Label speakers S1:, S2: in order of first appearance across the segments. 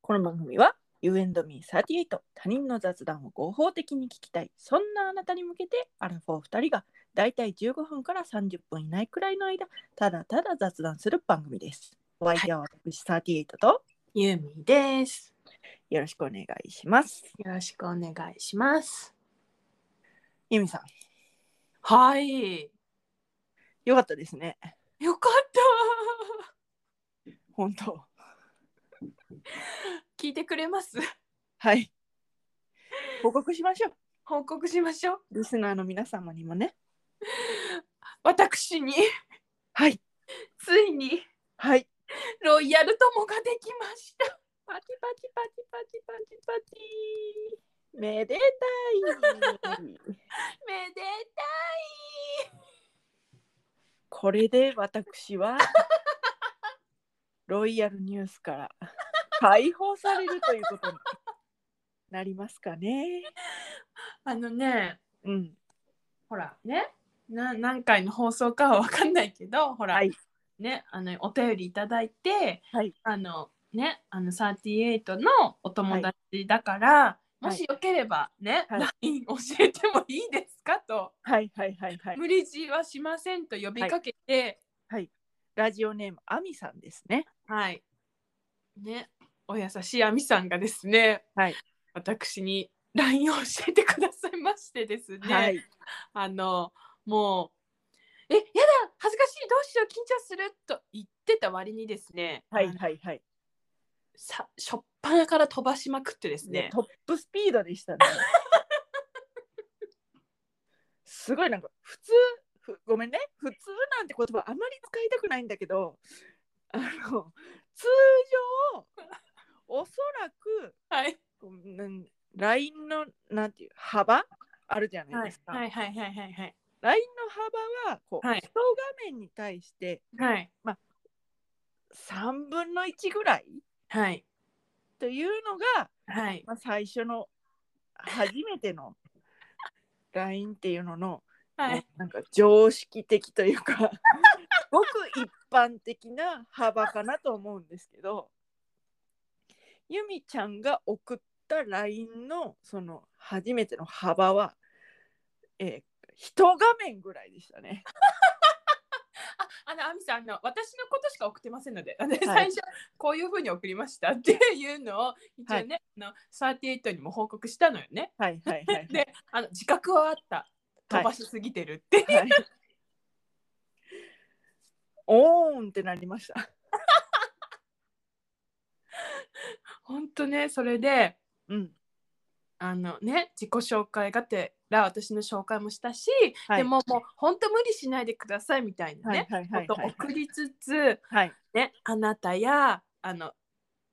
S1: この番組は You and me38 他人の雑談を合法的に聞きたいそんなあなたに向けてアラフォー2人がだいたい15分から30分以内くらいの間ただただ雑談する番組です。お相手は私38と
S2: ゆみです。
S1: よろしくお願いします。
S2: よろしくお願いします。
S1: ゆみさん
S2: はい。
S1: よかったですね
S2: よかっ
S1: 本当
S2: た。 聞いてくれます。
S1: はい報告しましょ
S2: 報告しましょう。
S1: うリスナーの皆様にもね
S2: 私に
S1: はい
S2: ついに
S1: はい
S2: ロイヤル友ができました。パチパチパチパチパチパチ。
S1: めでたい
S2: めで
S1: これで私はロイヤルニュースから解放されるということになりますかね。
S2: たい。あのね、
S1: うん。
S2: ほらね。な何回の放送かは分かんないけどほら、
S1: はい。
S2: ねあのお便りいただいて、
S1: はい
S2: あのねあの38のお友達だから、
S1: い
S2: もしよければね、
S1: はい
S2: LINE 教えてもいいですかと、
S1: はいはいはいはい。
S2: 無理強いはしませんと呼びかけて
S1: ラジオネームあみさんですね。
S2: はい、ねお優しいあみさんがですね、
S1: はい
S2: 私に LINE を教えてくださいましてですね、
S1: はい。
S2: あのもう「えやだ恥ずかしいどうしよう緊張する」と言ってた割にですね、
S1: はい
S2: あの
S1: はいはい。
S2: さ初っ端から飛ばしまくってです
S1: ね
S2: ね、
S1: トップスピードでしたね。すごいなんか普通ふごめんね普通なんて言葉あまり使いたくないんだけどあの通常おそらく
S2: はい
S1: こうなん LINE のなんていう幅あるじゃないですか。
S2: はいはいはいはいはい
S1: LINE の幅はこう、
S2: はい
S1: 一画面に対して
S2: はい
S1: 3分の1ぐらい
S2: はい
S1: というのが、
S2: はい
S1: まあ、最初の初めての LINE っていうのの、
S2: はい
S1: なんか常識的というかごく一般的な幅かなと思うんですけどゆみちゃんが送った LINE のその初めての幅は、えー、一画面ぐらいでしたね。
S2: ああのあみさんあの私のことしか送ってませんのであの、
S1: はい
S2: 最初こういうふうに送りましたっていうのを一応ね、あの38にも報告したのよね
S1: はいはいはい、はい
S2: であの自覚はあった
S1: はい
S2: 飛ばしすぎてるって、
S1: はい。おーんってなりました。
S2: ほんとねそれで
S1: うん。
S2: あのね自己紹介がてら私の紹介もしたし、
S1: はい
S2: でももうほんと無理しないでくださいみたいなね、
S1: はいはいはい
S2: こと
S1: は
S2: を
S1: い
S2: 送りつつ、
S1: はい。
S2: ね、あなたやあの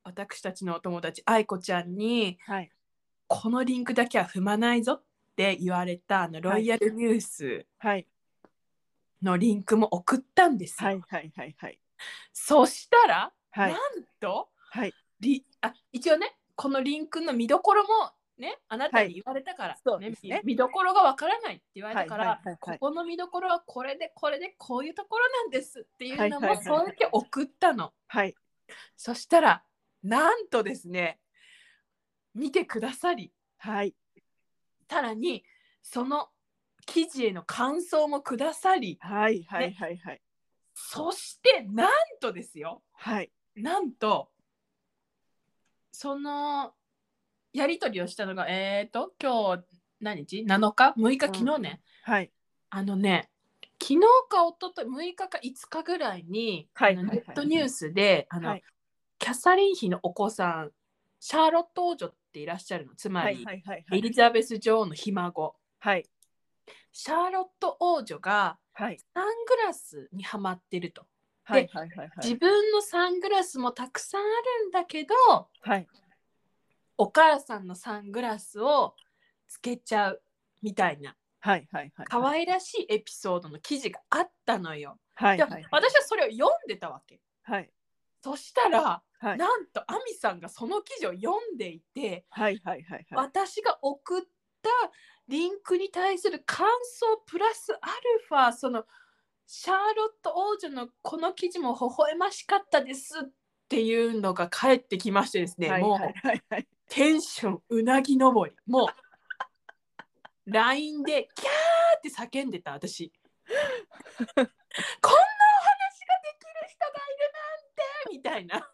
S2: 私たちのお友達愛子ちゃんに
S1: はい。
S2: このリンクだけは踏まないぞって言われたあのロイヤルニュース
S1: はい。
S2: のリンクも送ったんですよ。
S1: はいはいはいはい。
S2: そしたら、
S1: はい
S2: なん。と、
S1: はい
S2: リあ一応ねこのリンクの見どころもねあなたに言われたから、
S1: そうですね
S2: 見見どころがわからないって言われたから、
S1: はいはいはいはい
S2: ここの見どころはこれでこれでこういうところなんですっていうの
S1: はい
S2: も
S1: はいはい
S2: そうやって送ったの。
S1: はい。
S2: そしたらなんとですね見てくださり
S1: はい。
S2: さらにその記事への感想もくださり
S1: はいはいはいはい。
S2: そしてなんとですよ
S1: はい。
S2: なんとそのやり取りをしたのがえーと今日何日 ?7 日 ?6 日
S1: うん
S2: 昨日ね、
S1: はい。
S2: あのね昨日か一昨日6日か5日ぐらいに、
S1: はい
S2: あのネットニュースで、あの
S1: はい。
S2: キャサリン妃のお子さんシャーロット王女っていらっしゃるのつま
S1: は
S2: り、
S1: いはいはい。
S2: エリザベス女王のひ孫
S1: はい。
S2: シャーロット王女が
S1: はい。
S2: サングラスにはまってると、
S1: はいはいはいはい
S2: 自。分のサングラスもたくさんあるんだけど
S1: はい。
S2: お母さんのサングラスをつけちゃうみたいな
S1: はいはいはい。
S2: 可愛らしいエピソードの記事があったのよ。
S1: はい
S2: で
S1: はいはい。
S2: 私はそれを読んでたわけ。
S1: はい。
S2: そしたら、
S1: はい
S2: なんとアミさんがその記事を読んでいて、
S1: はいはいはいはい。
S2: 私が送ったリンクに対する感想プラスアルファそのシャーロット王女のこの記事も微笑ましかったですっっていうのが返ってきましてですね、
S1: はい
S2: もう
S1: はいはいはい。
S2: テンションうなぎ登りもう LINE でキャーって叫んでた 私こんなお話ができる人がいるなんて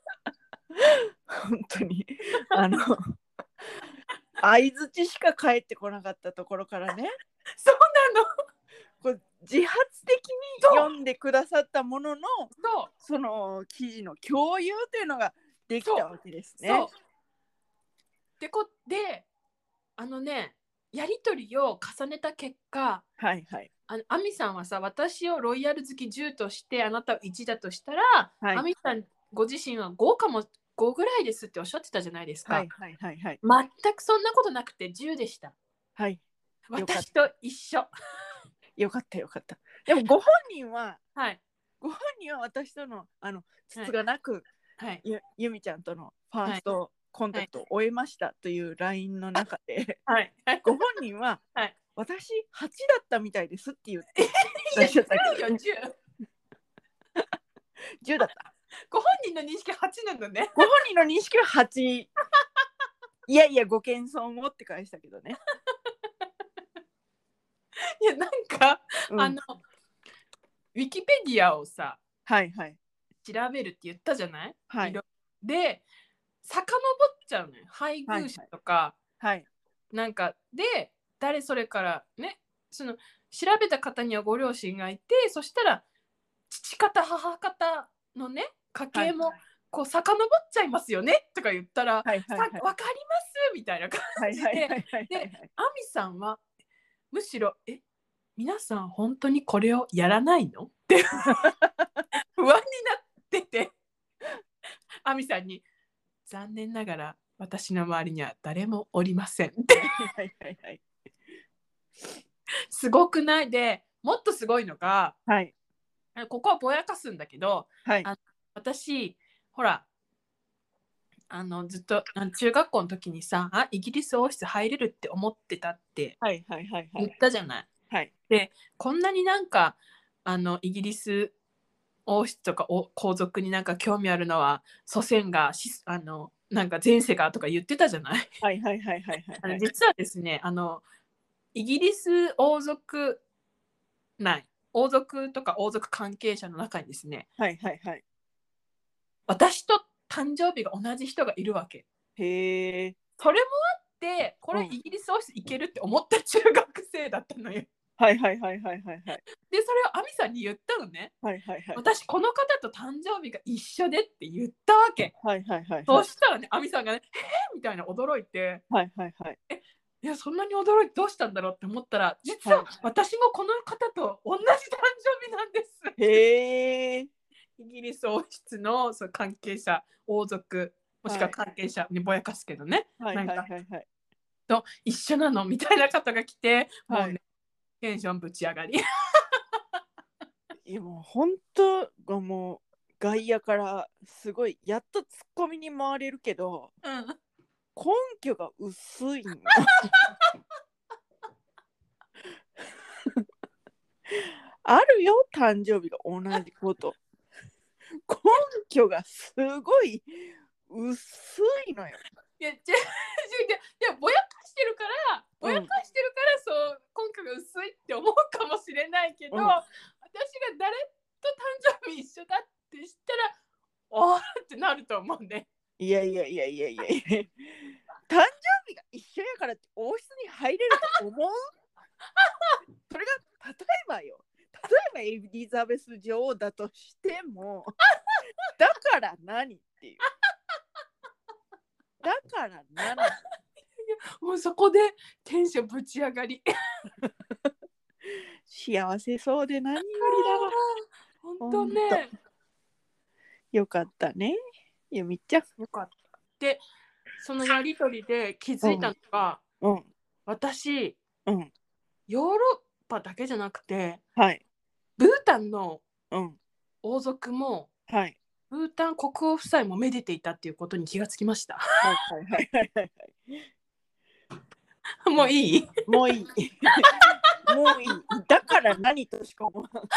S2: みたいな
S1: 本当に。 あの、相づちしか返ってこなかったところからね、
S2: そうなの
S1: こう自発的に読んでくださったものの、
S2: そう
S1: その記事の共有というのができたわけですね。
S2: そう。でこであのねやり取りを重ねた結果
S1: はいはい。
S2: あのアミさんはさ私をロイヤル好き10としてあなたを1だとしたら、
S1: はい
S2: アミさんご自身は5かも5ぐらいですっておっしゃってたじゃないですか、
S1: はいはいはいはい。
S2: 全くそんなことなくて10でした
S1: はい。よかった
S2: 私と一緒
S1: よかったよかった。でもご本人は、
S2: はい
S1: ご本人は私との、あの、つつがなく、
S2: はい
S1: ゆゆみちゃんとのファーストコンタクトを終えましたという LINE の中で、
S2: はいは い
S1: ご本人は、
S2: はい
S1: 私8だったみたいですって言 って、私だったっ
S2: 10よ10
S1: け10だった。
S2: ご本人の認識8なんだね
S1: ご本人の認識は8。いやいや、ご謙遜をって返したけどね。
S2: いやなんか、
S1: うん
S2: あのウィキペディアをさ
S1: はいはい。
S2: 調べるって言ったじゃない
S1: はいい
S2: ろ。で遡っちゃうのよ配偶者とか、
S1: はい。
S2: なんかで誰それからねその調べた方にはご両親がいてそしたら父方母方のね家
S1: はい
S2: 系もこう遡っちゃいますよねとか言ったら「
S1: はい
S2: さ
S1: はいはい
S2: わかります」みたいな感
S1: はい
S2: じ
S1: はいはい
S2: で
S1: はいはい
S2: で亜美さんはむしろ「え皆さん本当にこれをやらないの?」って 不安になってて亜美さんに「残念ながら私の周りには誰もおりません」って
S1: はいはいはい
S2: すごくないでもっとすごいのが
S1: はい
S2: あここはぼやかすんだけど
S1: はい
S2: あ私ほらあのずっとあの中学校の時にさあイギリス王室入れるって思ってたって
S1: はいはいはいは
S2: 言っ
S1: い
S2: たじゃない。
S1: はい
S2: こんなになんかあのイギリス王室とかお皇族になんか興味あるのは祖先がしあのなんか前世がとか言ってたじゃない
S1: はいはいはいはい
S2: あ
S1: は
S2: の
S1: い
S2: 実はですねあのイギリス王族ない王族とか王族関係者の中にですね
S1: はいはいはい
S2: 私と誕生日が同じ人がいるわけ
S1: へえ
S2: それもあってこ
S1: う
S2: れ
S1: ん
S2: イギリス王室行けるって思った中学生だったのよ
S1: はいはいはいはいはいはい
S2: でそれを亜美さんに言ったのね
S1: はいはいはい
S2: 私この方と誕生日が一緒でって言ったわけ
S1: はいはいはい
S2: そしたらね亜美さんがね「えーみたいな驚いて
S1: はいはいはい
S2: いやそんなに驚いてどうしたんだろうって思ったら実
S1: は
S2: は
S1: い
S2: 私もこの方と同じ誕生日なんです、
S1: へえ
S2: イギリス王室のその関係者王族もしくは関係者にぼやかすけどね、
S1: はいはいはい
S2: な
S1: は
S2: ん
S1: いはい
S2: と一緒なのみたいな方が来て、
S1: はい
S2: もうねテンションぶち上がり
S1: いやもう本当がもう外野からすごいやっとツッコミに回れるけど
S2: うん
S1: 根拠が薄いのあるよ誕生日が同じこと根拠がすごい薄いのよ
S2: いや違う違ういやぼやかしてるからぼやかしてるから、そう根拠が薄いって思うかもしれないけど、
S1: うん
S2: 私が誰と誕生日一緒だって知ったらおーってなると思うね。
S1: いやいやいやいやいやいや誕生日が一緒やからって王室に入れると思うそれが例えばよ例えばエリザベス女王だとしてもだから何っていうだから何
S2: もうそこでテンションぶち上がり。
S1: 幸せそうで何よりだわ
S2: 本当ね。
S1: よかったねゆみちゃん
S2: よかった。でそのやりとりで気づいたのが、
S1: うん
S2: 私
S1: うん
S2: ヨーロッパだけじゃなくて
S1: はい
S2: ブータンの
S1: うん
S2: 王族も
S1: はい
S2: ブータン国王夫妻もめでていたっていうことに気がつきました。
S1: はいはいはいはいはい
S2: もういい
S1: もういい。もういい。だから何としか思わん。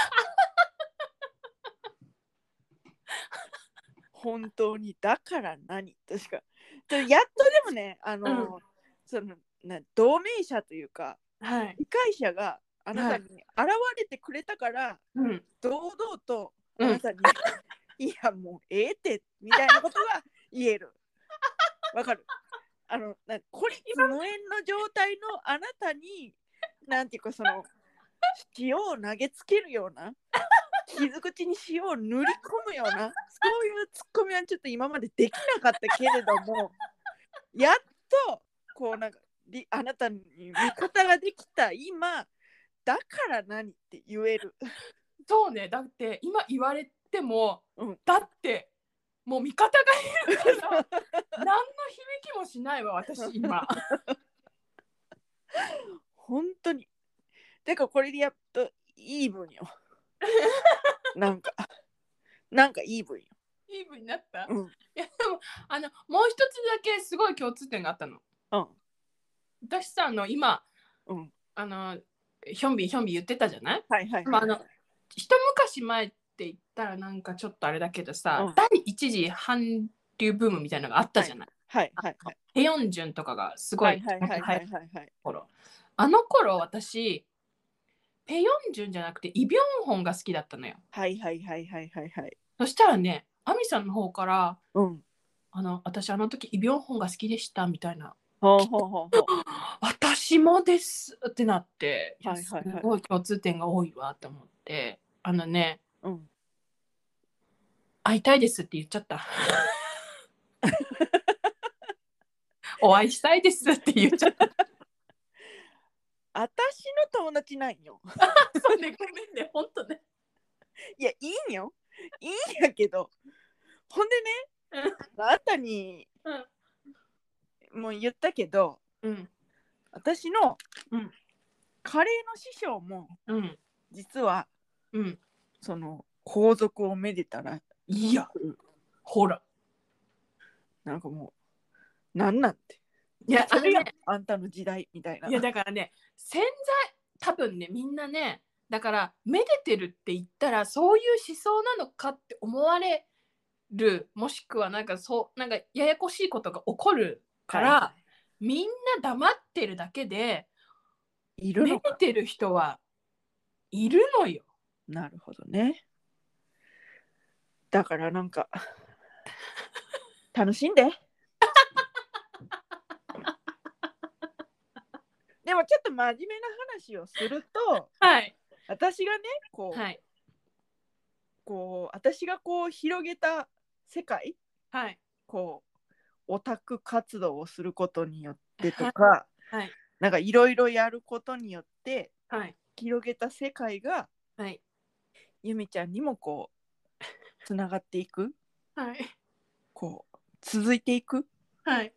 S1: 本当にだから何としかでやっとでもねあの、そのな同盟者というか
S2: はい。
S1: 理解者があなたに現れてくれたから、
S2: うん。
S1: 堂々と
S2: う
S1: あ
S2: ん
S1: なたに、 いやもうええってみたいなことが言えるわかるあのな孤立無縁の状態のあなたになんていうかその塩を投げつけるような傷口に塩を塗り込むようなそういうツッコミはちょっと今までできなかったけれどもやっとこうなんかりあなたに味方ができた今だから何って言える
S2: そうね。だって今言われても、
S1: うん
S2: だってもう味方がいるから何の響きもしないわ私今。
S1: 本当に。てかこれでやっとイーブ ンよ。なんか、なんかイーブンよ。
S2: イーブになった。
S1: うん
S2: いやでもあのもう一つだけすごい共通点があったの。
S1: うん。
S2: 私さあの今
S1: うん。
S2: あのヒョンビンヒョンビン言ってたじゃない？
S1: はいはい。
S2: まああの一昔前って言ったらなんかちょっとあれだけどさ、
S1: うん
S2: 第一次韓流ブームみたいなのがあったじゃない、
S1: はいはいはい。
S2: ヘヨンジュンとかがすご
S1: はいいはいはいはいはいはい。
S2: 頃あの頃私ペヨンジュンじゃなくてイ・ビョンホンが好きだったのよ
S1: はいはいはいはいはいはい。
S2: そしたらねアミさんの方から
S1: うん。
S2: あの私あの時イ・ビョンホンが好きでしたみたい な
S1: ほうほうほうほう。
S2: 私もですってなって、いや
S1: はいはいはい
S2: すごい共通点が多いわと思ってあのね
S1: うん。
S2: 会いたいですって言っち ゃった。お会いしたいですって言っちゃった。
S1: 私の友達ないよ。
S2: そうね、ごめんね、本当ね。
S1: いや、いいんよ。いいんやけど。ほんでね、あなたに、もう言ったけど、
S2: うん、
S1: 私の、
S2: うん
S1: カレーの師匠も、
S2: うん、
S1: 実は、
S2: うん。
S1: その皇族をめでたら
S2: いや、ほら。
S1: なんかもうなんなんて
S2: いや、
S1: あ
S2: あの
S1: れやん
S2: ね、
S1: あんたの時代みたいない
S2: や、だからね、潜在、多分ね、みんなね、だから、めでてるって言ったら、そういう思想なのかって思われる、もしくは、なんか、そう、なんか、ややこしいことが起こるから、
S1: は
S2: みんな黙ってるだけで、
S1: いる
S2: め
S1: の
S2: でてる人はいるのよ。
S1: なるほどねだからなんか楽しんででもちょっと真面目な話をすると
S2: はい。
S1: 私がねこう,、
S2: はい。
S1: こう私がこう広げた世界
S2: はい。
S1: こうオタク活動をすることによってとか、
S2: はい。
S1: なんかいろいろやることによって
S2: はい。
S1: 広げた世界が
S2: はい。
S1: ゆみちゃんにもこうつながっていく
S2: はい。
S1: こう続いていく
S2: はい。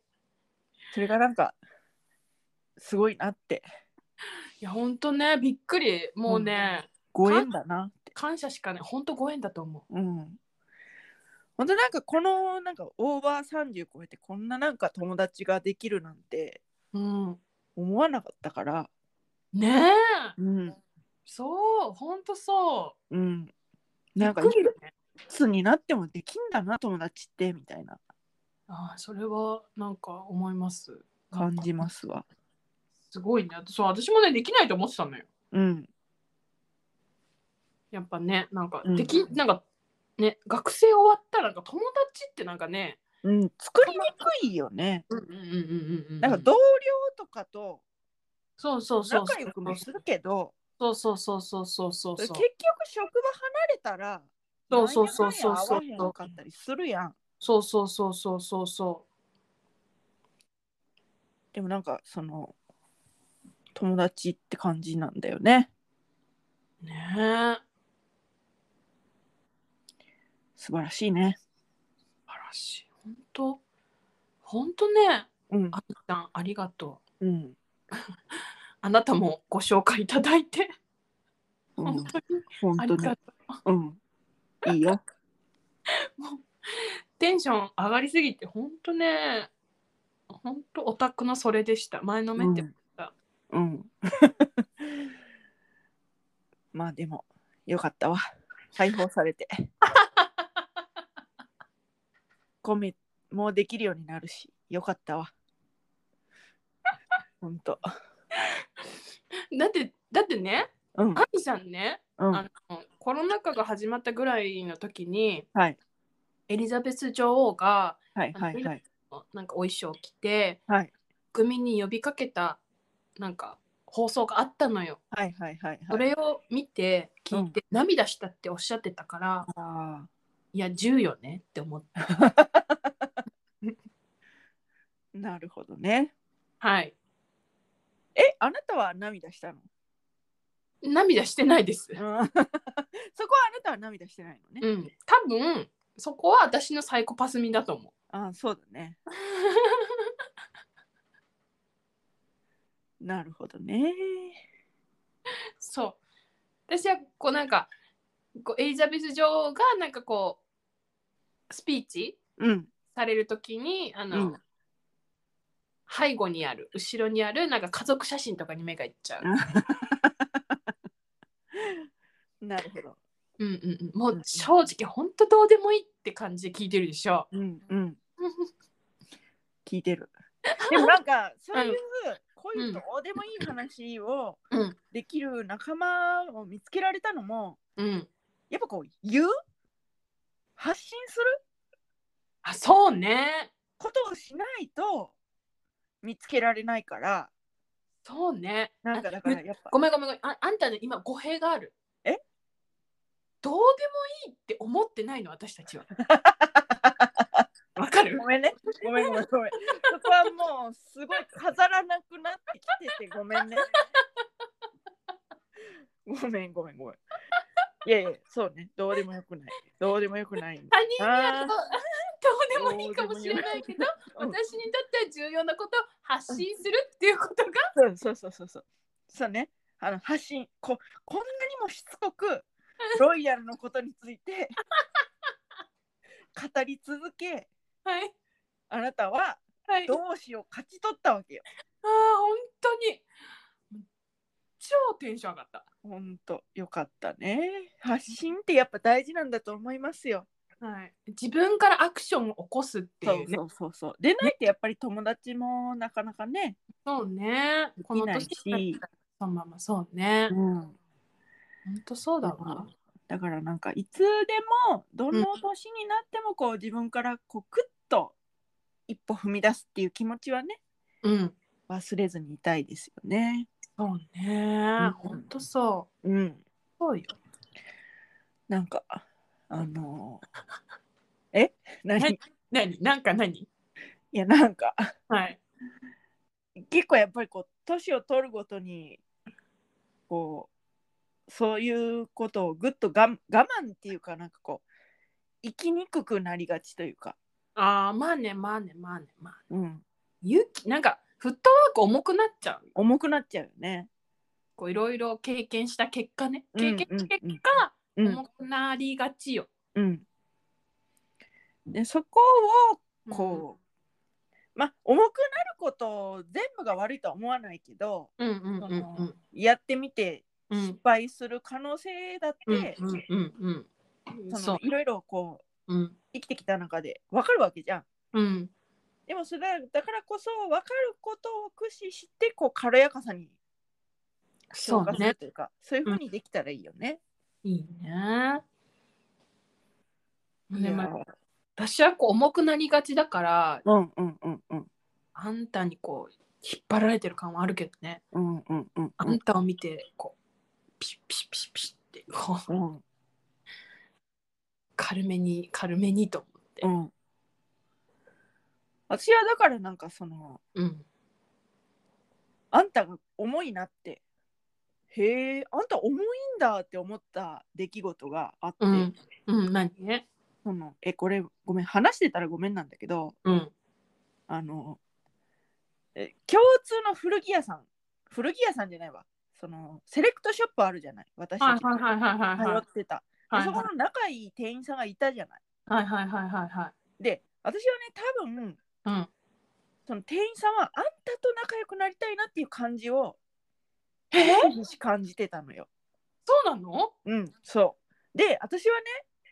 S1: それがなんかすごいなって
S2: いや、本当ね、びっくり。もうね、
S1: ご縁だなって
S2: 感謝しかね、本当ご縁だと思
S1: うん本当なんかこのなんかオーバー30超えてこんななんか友達ができるなんて
S2: う。うん。
S1: 思わなかったから
S2: ねえ。
S1: うん
S2: そう、本当そ
S1: うん
S2: う。
S1: なんかい
S2: びっくり
S1: く
S2: よね。
S1: つになってもできんだな友達ってみたいな
S2: ああ、それは、なんか思います。。
S1: 感じますすわ
S2: すごいね。そう、私もね、できないと思ってたのよ。
S1: うん
S2: やっぱね、なんか、
S1: うん
S2: でき、なんか。ね、学生終わったら、なんか友達ってなんかね。
S1: うん、作りにくいよね。
S2: うん、うん、うん、うん、うん。
S1: なんか同僚とかと
S2: そうそうそうそう。
S1: 仲良くもするけど、
S2: そうそうそうそうそうそうそう
S1: 結局職場離れたら、
S2: そうそうそうそうそう
S1: なんやかんや合わへんかったりするやん。
S2: そうそうそうそうそうそ
S1: でもなんかその友達って感じなんだよね。
S2: うねえ
S1: 素晴らしいね。
S2: 素晴らしい本当本当ね
S1: うん
S2: あきさんありがとう
S1: うん。
S2: あなたもご紹介いただいて
S1: うん 本
S2: 本当にあ
S1: 当
S2: り
S1: に
S2: が。と
S1: うん。いいよ。
S2: う、もうテンション上がりすぎて本当ね本当オタクのそれでした前のめって、
S1: うん。うん、 まあで もよかったわ。解放されて。コメもできるようになるしよかった わほんと
S2: だってだってね
S1: うん
S2: アミさんね、
S1: うん
S2: あのコロナ禍が始まったぐらいの時に
S1: はい
S2: エリザベス女王が
S1: はいはいはい
S2: なんかお衣装着て、
S1: はい
S2: 国民に呼びかけたなんか放送があったのよ。
S1: はいはいはい
S2: そ
S1: はい
S2: れを見て聞いて、涙したっておっしゃってたから
S1: あ
S2: いや10よねって思って
S1: ーなるほどね
S2: はい
S1: えあなたは涙したの、
S2: 涙してないです
S1: うん、そこはあなたは涙してないのね、
S2: うん多分そこは私のサイコパス味だと思う
S1: あーそうだ ねなるほどね
S2: そう私はこうなんかこうエリザベス女王がなんかこうスピーチ
S1: うん
S2: される時にあ
S1: う
S2: の、
S1: ん
S2: 背後にある後ろにあるなんか家族写真とかに目がいっちゃう、
S1: なるほど
S2: うんうんうん、もう正直ほんとどうでもいいって感じで聞いてるでしょ
S1: うんうん聞いて る。でもなんかそういう、こういうどうでもいい話を
S2: うん
S1: できる仲間を見つけられたのも
S2: うん
S1: やっぱこう言う発信する
S2: あそうね
S1: ことをしないと見つけられないから
S2: そうね
S1: なんかだからやっぱ
S2: ごめんごめんごめんああんたね今語弊がある
S1: え
S2: どうでもいいって思ってないの私たちはわかる
S1: ごめんねごめんごめんごめんそこはもうすごい飾らなくなってきててごめんねごめんごめんごめんいやいやそうねどうでもよくないどうでもよくない
S2: 他人には
S1: あー
S2: どうどうでもいいかもしれないけど
S1: うん
S2: 私にとっては重要なことを発信するっていうことが
S1: そうそうそうそうそう。そうね。あの発信ここんなにもしつこくロイヤルのことについ て語り続け、
S2: はい
S1: あなたは
S2: はい
S1: 同志を勝ち取ったわけよ。
S2: あー本当に超テンション上がった。
S1: ほんとよかったね。発信ってやっぱ大事なんだと思いますよ。
S2: はい、自分からアクションを起こすって
S1: そ
S2: いううね。
S1: そうそうそう。でないってやっぱり友達もなかなかね。
S2: そうね。この
S1: ない
S2: 年
S1: し
S2: になったらそのままそうね。
S1: ん。
S2: 本当そうだわ。
S1: だからなんかいつでもどの年になってもこう自分からこうクッと一歩踏み出すっていう気持ちはね
S2: うん。
S1: 忘れずにいたいですよね。
S2: そうね。本当そう。
S1: うん、
S2: そうよ。
S1: なんかあのー、え何
S2: はい
S1: い
S2: 何なんか何
S1: やなんか
S2: はい。
S1: 結構やっぱりこう年を取るごとにこうそういうことをぐっとがん我慢っていうかなんかこう生きにくくなりがちというか、
S2: ああ、まあね、まあね、まあね、まあね。
S1: うん、
S2: 勇気、なんか、フットワーク重くなっちゃう。
S1: 重くなっちゃうよね。
S2: こう、いろいろ経験した結果ね。
S1: うん
S2: 経験した結果、
S1: うん
S2: 重くなりがちよ。
S1: うん、でそこをこう、まあ重くなること全部が悪いとは思わないけど
S2: うん。うんうんうんうん。
S1: やってみて
S2: うん
S1: 失敗する可能性だっ
S2: うん
S1: て、
S2: うんうんうん。
S1: そ
S2: そ
S1: のいろいろこう
S2: う。うん。
S1: 生きてきた中で分かるわけじゃん。
S2: うん。
S1: でもそれだからこそ分かることを駆使してこう軽やかさに
S2: そ
S1: 消
S2: う
S1: 化す
S2: ね
S1: る。というかそう,、いうふうにできたらいいよね。
S2: いいね。で
S1: いや
S2: も私はこう重くなりがちだから
S1: うんうんうんうん
S2: あんたにこう引っ張られてる感はあるけどね
S1: うんうんうん
S2: あんたを見てこうピッピッピッピッってこう
S1: うん
S2: 軽めに軽めにと思って
S1: う、ん。私はだからなんかその
S2: うん、
S1: あんたが重いなってへえあんた重いんだって思った出来事があって、
S2: うんうん何ね
S1: そのえこれごめん話してたらごめんなんだけど
S2: うん
S1: あのえ共通の古着屋さん古着屋さんじゃないわそのセレクトショップあるじゃない私
S2: は
S1: た
S2: い
S1: ち
S2: はいはいはいはいはい
S1: 通ってた、
S2: はいは
S1: で
S2: い
S1: そこの仲いい店員さんがいたじゃない
S2: はいはいはいはいはい
S1: で私はね多分
S2: うん
S1: その店員さんはあんたと仲良くなりたいなっていう感じを
S2: えー、
S1: ひし感じてたのよ。
S2: そうなの、
S1: うん、そうで私はね、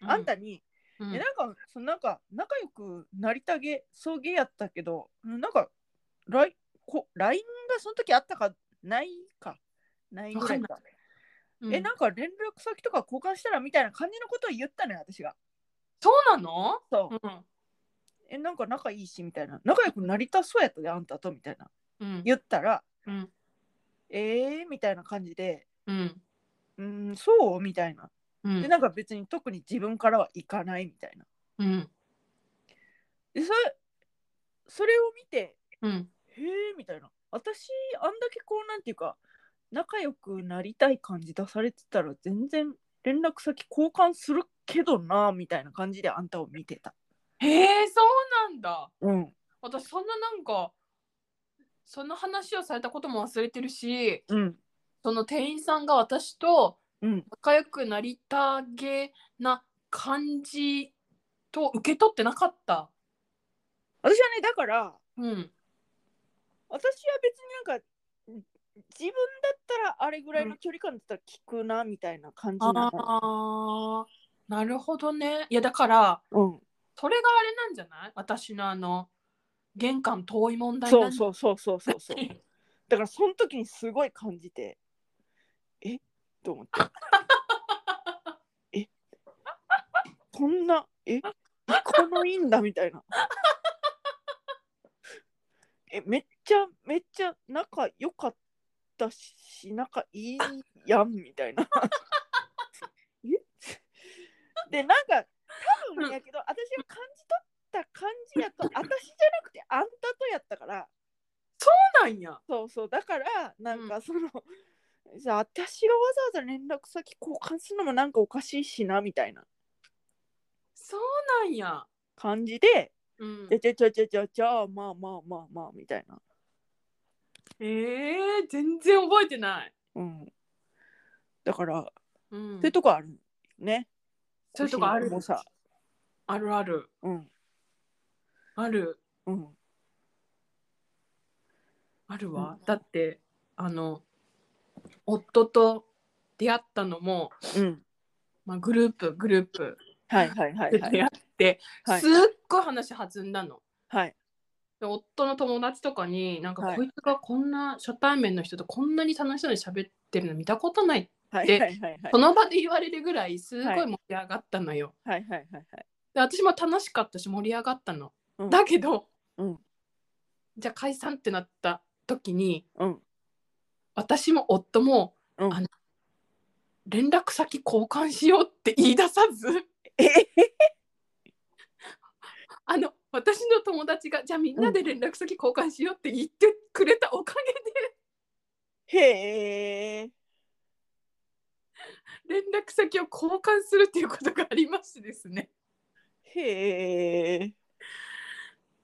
S1: あんたに
S2: うん
S1: えなんかそのなんか仲良くなりたげ送迎やったけどなんかライこ LINE がその時あったかないかないぐらいか
S2: うん
S1: えなんか連絡先とか交換したらみたいな感じのことを言ったのよ私が
S2: そうなの、
S1: そう
S2: うん
S1: えなんか仲いいしみたいな仲良くなりたそうやったであんたとみたいな
S2: うん
S1: 言ったら
S2: うん
S1: えー、みたいな感じで
S2: うん
S1: うーんそうみたいな
S2: うん
S1: でなんか別に特に自分からは行かないみたいな
S2: うん
S1: でそそれを見て
S2: うん
S1: へえみたいな私あんだけこうなんていうか仲良くなりたい感じ出されてたら全然連絡先交換するけどなみたいな感じであんたを見てた
S2: へえそうなんだ
S1: うん
S2: 私そんななんかその話をされたことも忘れてるし
S1: うん
S2: その店員さんが私と
S1: うん
S2: 仲良くなりたげな感じと受け取ってなかった。
S1: 私はねだから
S2: うん、
S1: 私は別になんかうん自分だったらあれぐらいの距離感だったら聞くなみたいな感じなの、
S2: あーなるほどね。いやだから
S1: うん、
S2: それがあれなんじゃない私のあの玄関遠い問題
S1: そう
S2: う
S1: そうそうそうそうそうだからその時にすごい感じてえと思ってえこんなえこのいいんだみたいなえめっちゃめっちゃ仲良かったし仲いいやんみたいなえでなんか多分やけど私が感じ取った感じやと私じゃなくてあんたとやったから
S2: なんや。
S1: そうそうだからなんかその、 じゃあ私がわざわざ連絡先交換するのもなんかおかしいしなみたいな
S2: そうなんや。
S1: 感じで、
S2: うん
S1: じゃ、じゃじゃじゃじゃじゃあまあまあまあまあみたいな、
S2: えー、全然覚えてない。
S1: うん、だから、
S2: うん
S1: そういうとこあるね
S2: そういうとこある
S1: もさ
S2: あるある
S1: うん
S2: ある。
S1: うん
S2: あるわ、
S1: う
S2: だってあの夫と出会ったのも、
S1: うん
S2: まあ、グループグループ
S1: はいはいはい
S2: で
S1: は
S2: 出
S1: い
S2: 会って、
S1: はい
S2: すっごい話弾んだの。
S1: はい
S2: で夫の友達とかになんか、
S1: はい
S2: こいつがこんな初対面の人とこんなに楽しそうに喋ってるの見たことない、
S1: はいは
S2: で
S1: いはいはい
S2: その場で言われるぐらいすご
S1: はい
S2: い盛り上がったのよ。
S1: はいはいはい
S2: で私も楽しかったし盛り上がったの。
S1: うん
S2: だけど、
S1: うん
S2: じゃあ解散ってなった時に
S1: うん
S2: 私も夫も
S1: うん
S2: あの連絡先交換しようって言い出さず
S1: え
S2: あの私の友達がじゃあみんなで連絡先交換しようって言ってくれたおか
S1: へえ
S2: げで連絡先を交換するっていうことがありましてですね
S1: へえ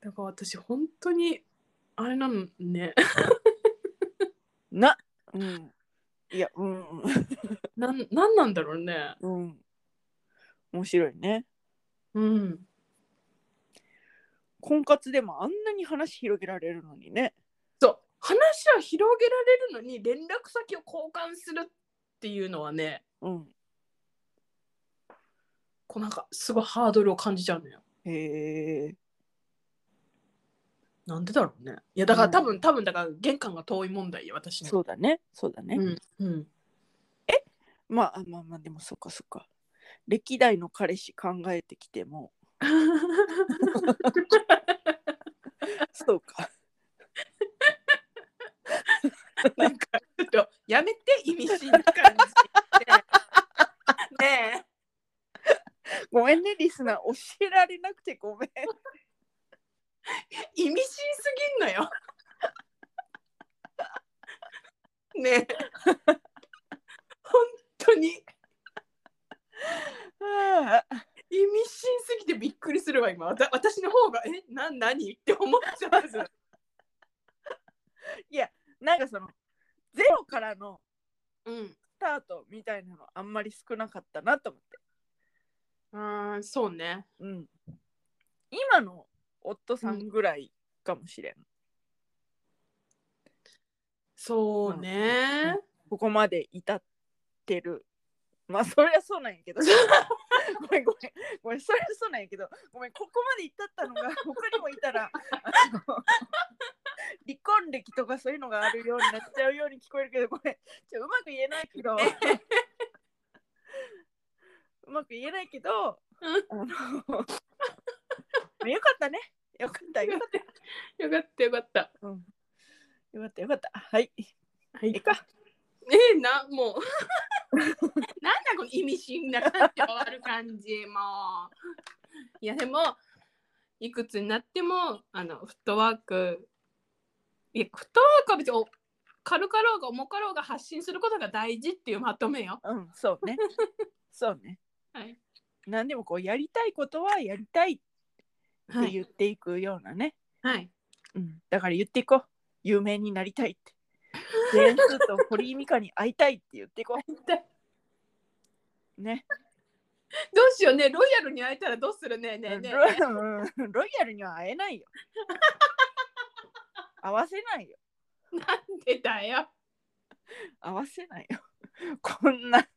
S2: だから私本当にあれなのね
S1: なうんいやうんうん
S2: なんなんなんだろうね
S1: うん。面白いね。
S2: うん
S1: 婚活でもあんなに話広げられるのにね。
S2: そう話は広げられるのに連絡先を交換するっていうのはね
S1: うん。
S2: こうなんかすごいハードルを感じちゃうのよ
S1: へえ。
S2: なんでだろうね。いやだから
S1: うん
S2: 多分、多分だから玄関が遠い問題よ私の。
S1: そうだね。そうだね。
S2: うん うん。
S1: まああまあまあでもそっかそっか。歴代の彼氏考えてきても。 そうか。
S2: なんかちょっとやめて意味深な感じ。 ね
S1: ごめんねリスナー。教えられなくてごめん。
S2: え意味深すぎんのよ。ねえ本当に意味
S1: ああ
S2: 深すぎてびっくりするわ今わた私の方がえな何って思っちゃったぞ。
S1: なんかそのゼロからの
S2: うん。
S1: スタートみたいなのあんまり少なかったなと思って。
S2: あーそうね。
S1: うん。今の夫さんぐらいかもしれん
S2: そうね。
S1: ここまで至ってるまあそりゃそうなんやけど ごめんごめんごめんそれそうなんやけどごめんここまで至ったのが他にもいたらあの離婚歴とかそういうのがあるようになっちゃうように聞こえるけどごめんちょうまく言えないけどうまく言えないけど
S2: う
S1: あ
S2: ん
S1: のよかったねよかったよかっ
S2: よかったよかった。
S1: た、うん、よかったよかったはい
S2: はい
S1: いいか
S2: ええな、もう。 なんだこの意味深な感じ終わる感じ、もう。いや、でも、いくつになっても、あの、フットワーク、いや、フットワークは別にお軽かろうが重かろうが発信することが大事っていうまとめよ。
S1: うんそう ねそうね
S2: はい。
S1: 何でもこうやりたいことはやりたいっ
S2: は
S1: て言
S2: い。
S1: っていくようなね、
S2: はい、
S1: うん、だから言っていこう有名になりたいってジェーンスーと堀井美香に会いたいって言っていこ
S2: どう
S1: うね
S2: しようね、ロイヤルに会えたらどうするね、ねえねえ。
S1: ロうんロイヤルには会え ないよ会わせないよ
S2: なんでだよ。
S1: 合わせないよこんな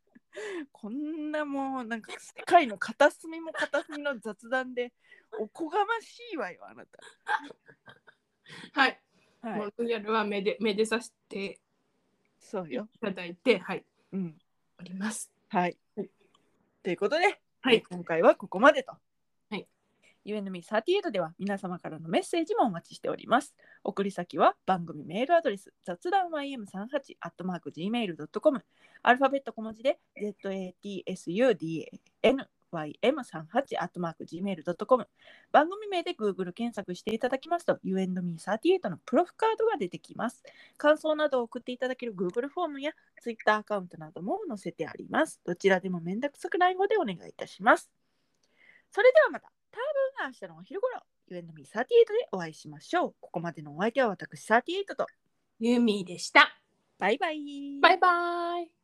S1: こんなもうなんか世界の片隅も片隅の雑談でおこがましいわよあな
S2: はい。
S1: た、
S2: も、
S1: はいう
S2: ロイヤルはめでめでさせて
S1: そう
S2: い
S1: よ、
S2: ただいて、はい、
S1: うん、
S2: おります。
S1: はい
S2: はい
S1: ということで
S2: はい。
S1: 今回はここまでと。
S2: はい、
S1: UNME38 では皆様からのメッセージもお待ちしております。送り先は番組メールアドレス雑談 ym38-gmail.com アルファベット小文字で zatsudanym38-gmail.com 番組名で Google 検索していただきますと UNME38 のプロフカードが出てきます。感想などを送っていただける Google フォームや Twitter アカウントなども載せてあります。どちらでもめんどくさくない方でお願いいたします。それではまた、多分明日のお昼頃、U&Me38 でお会いしましょう。ここまでのお相手は私38と、
S2: ユーミーでした。
S1: バイバイ。
S2: バイバイ。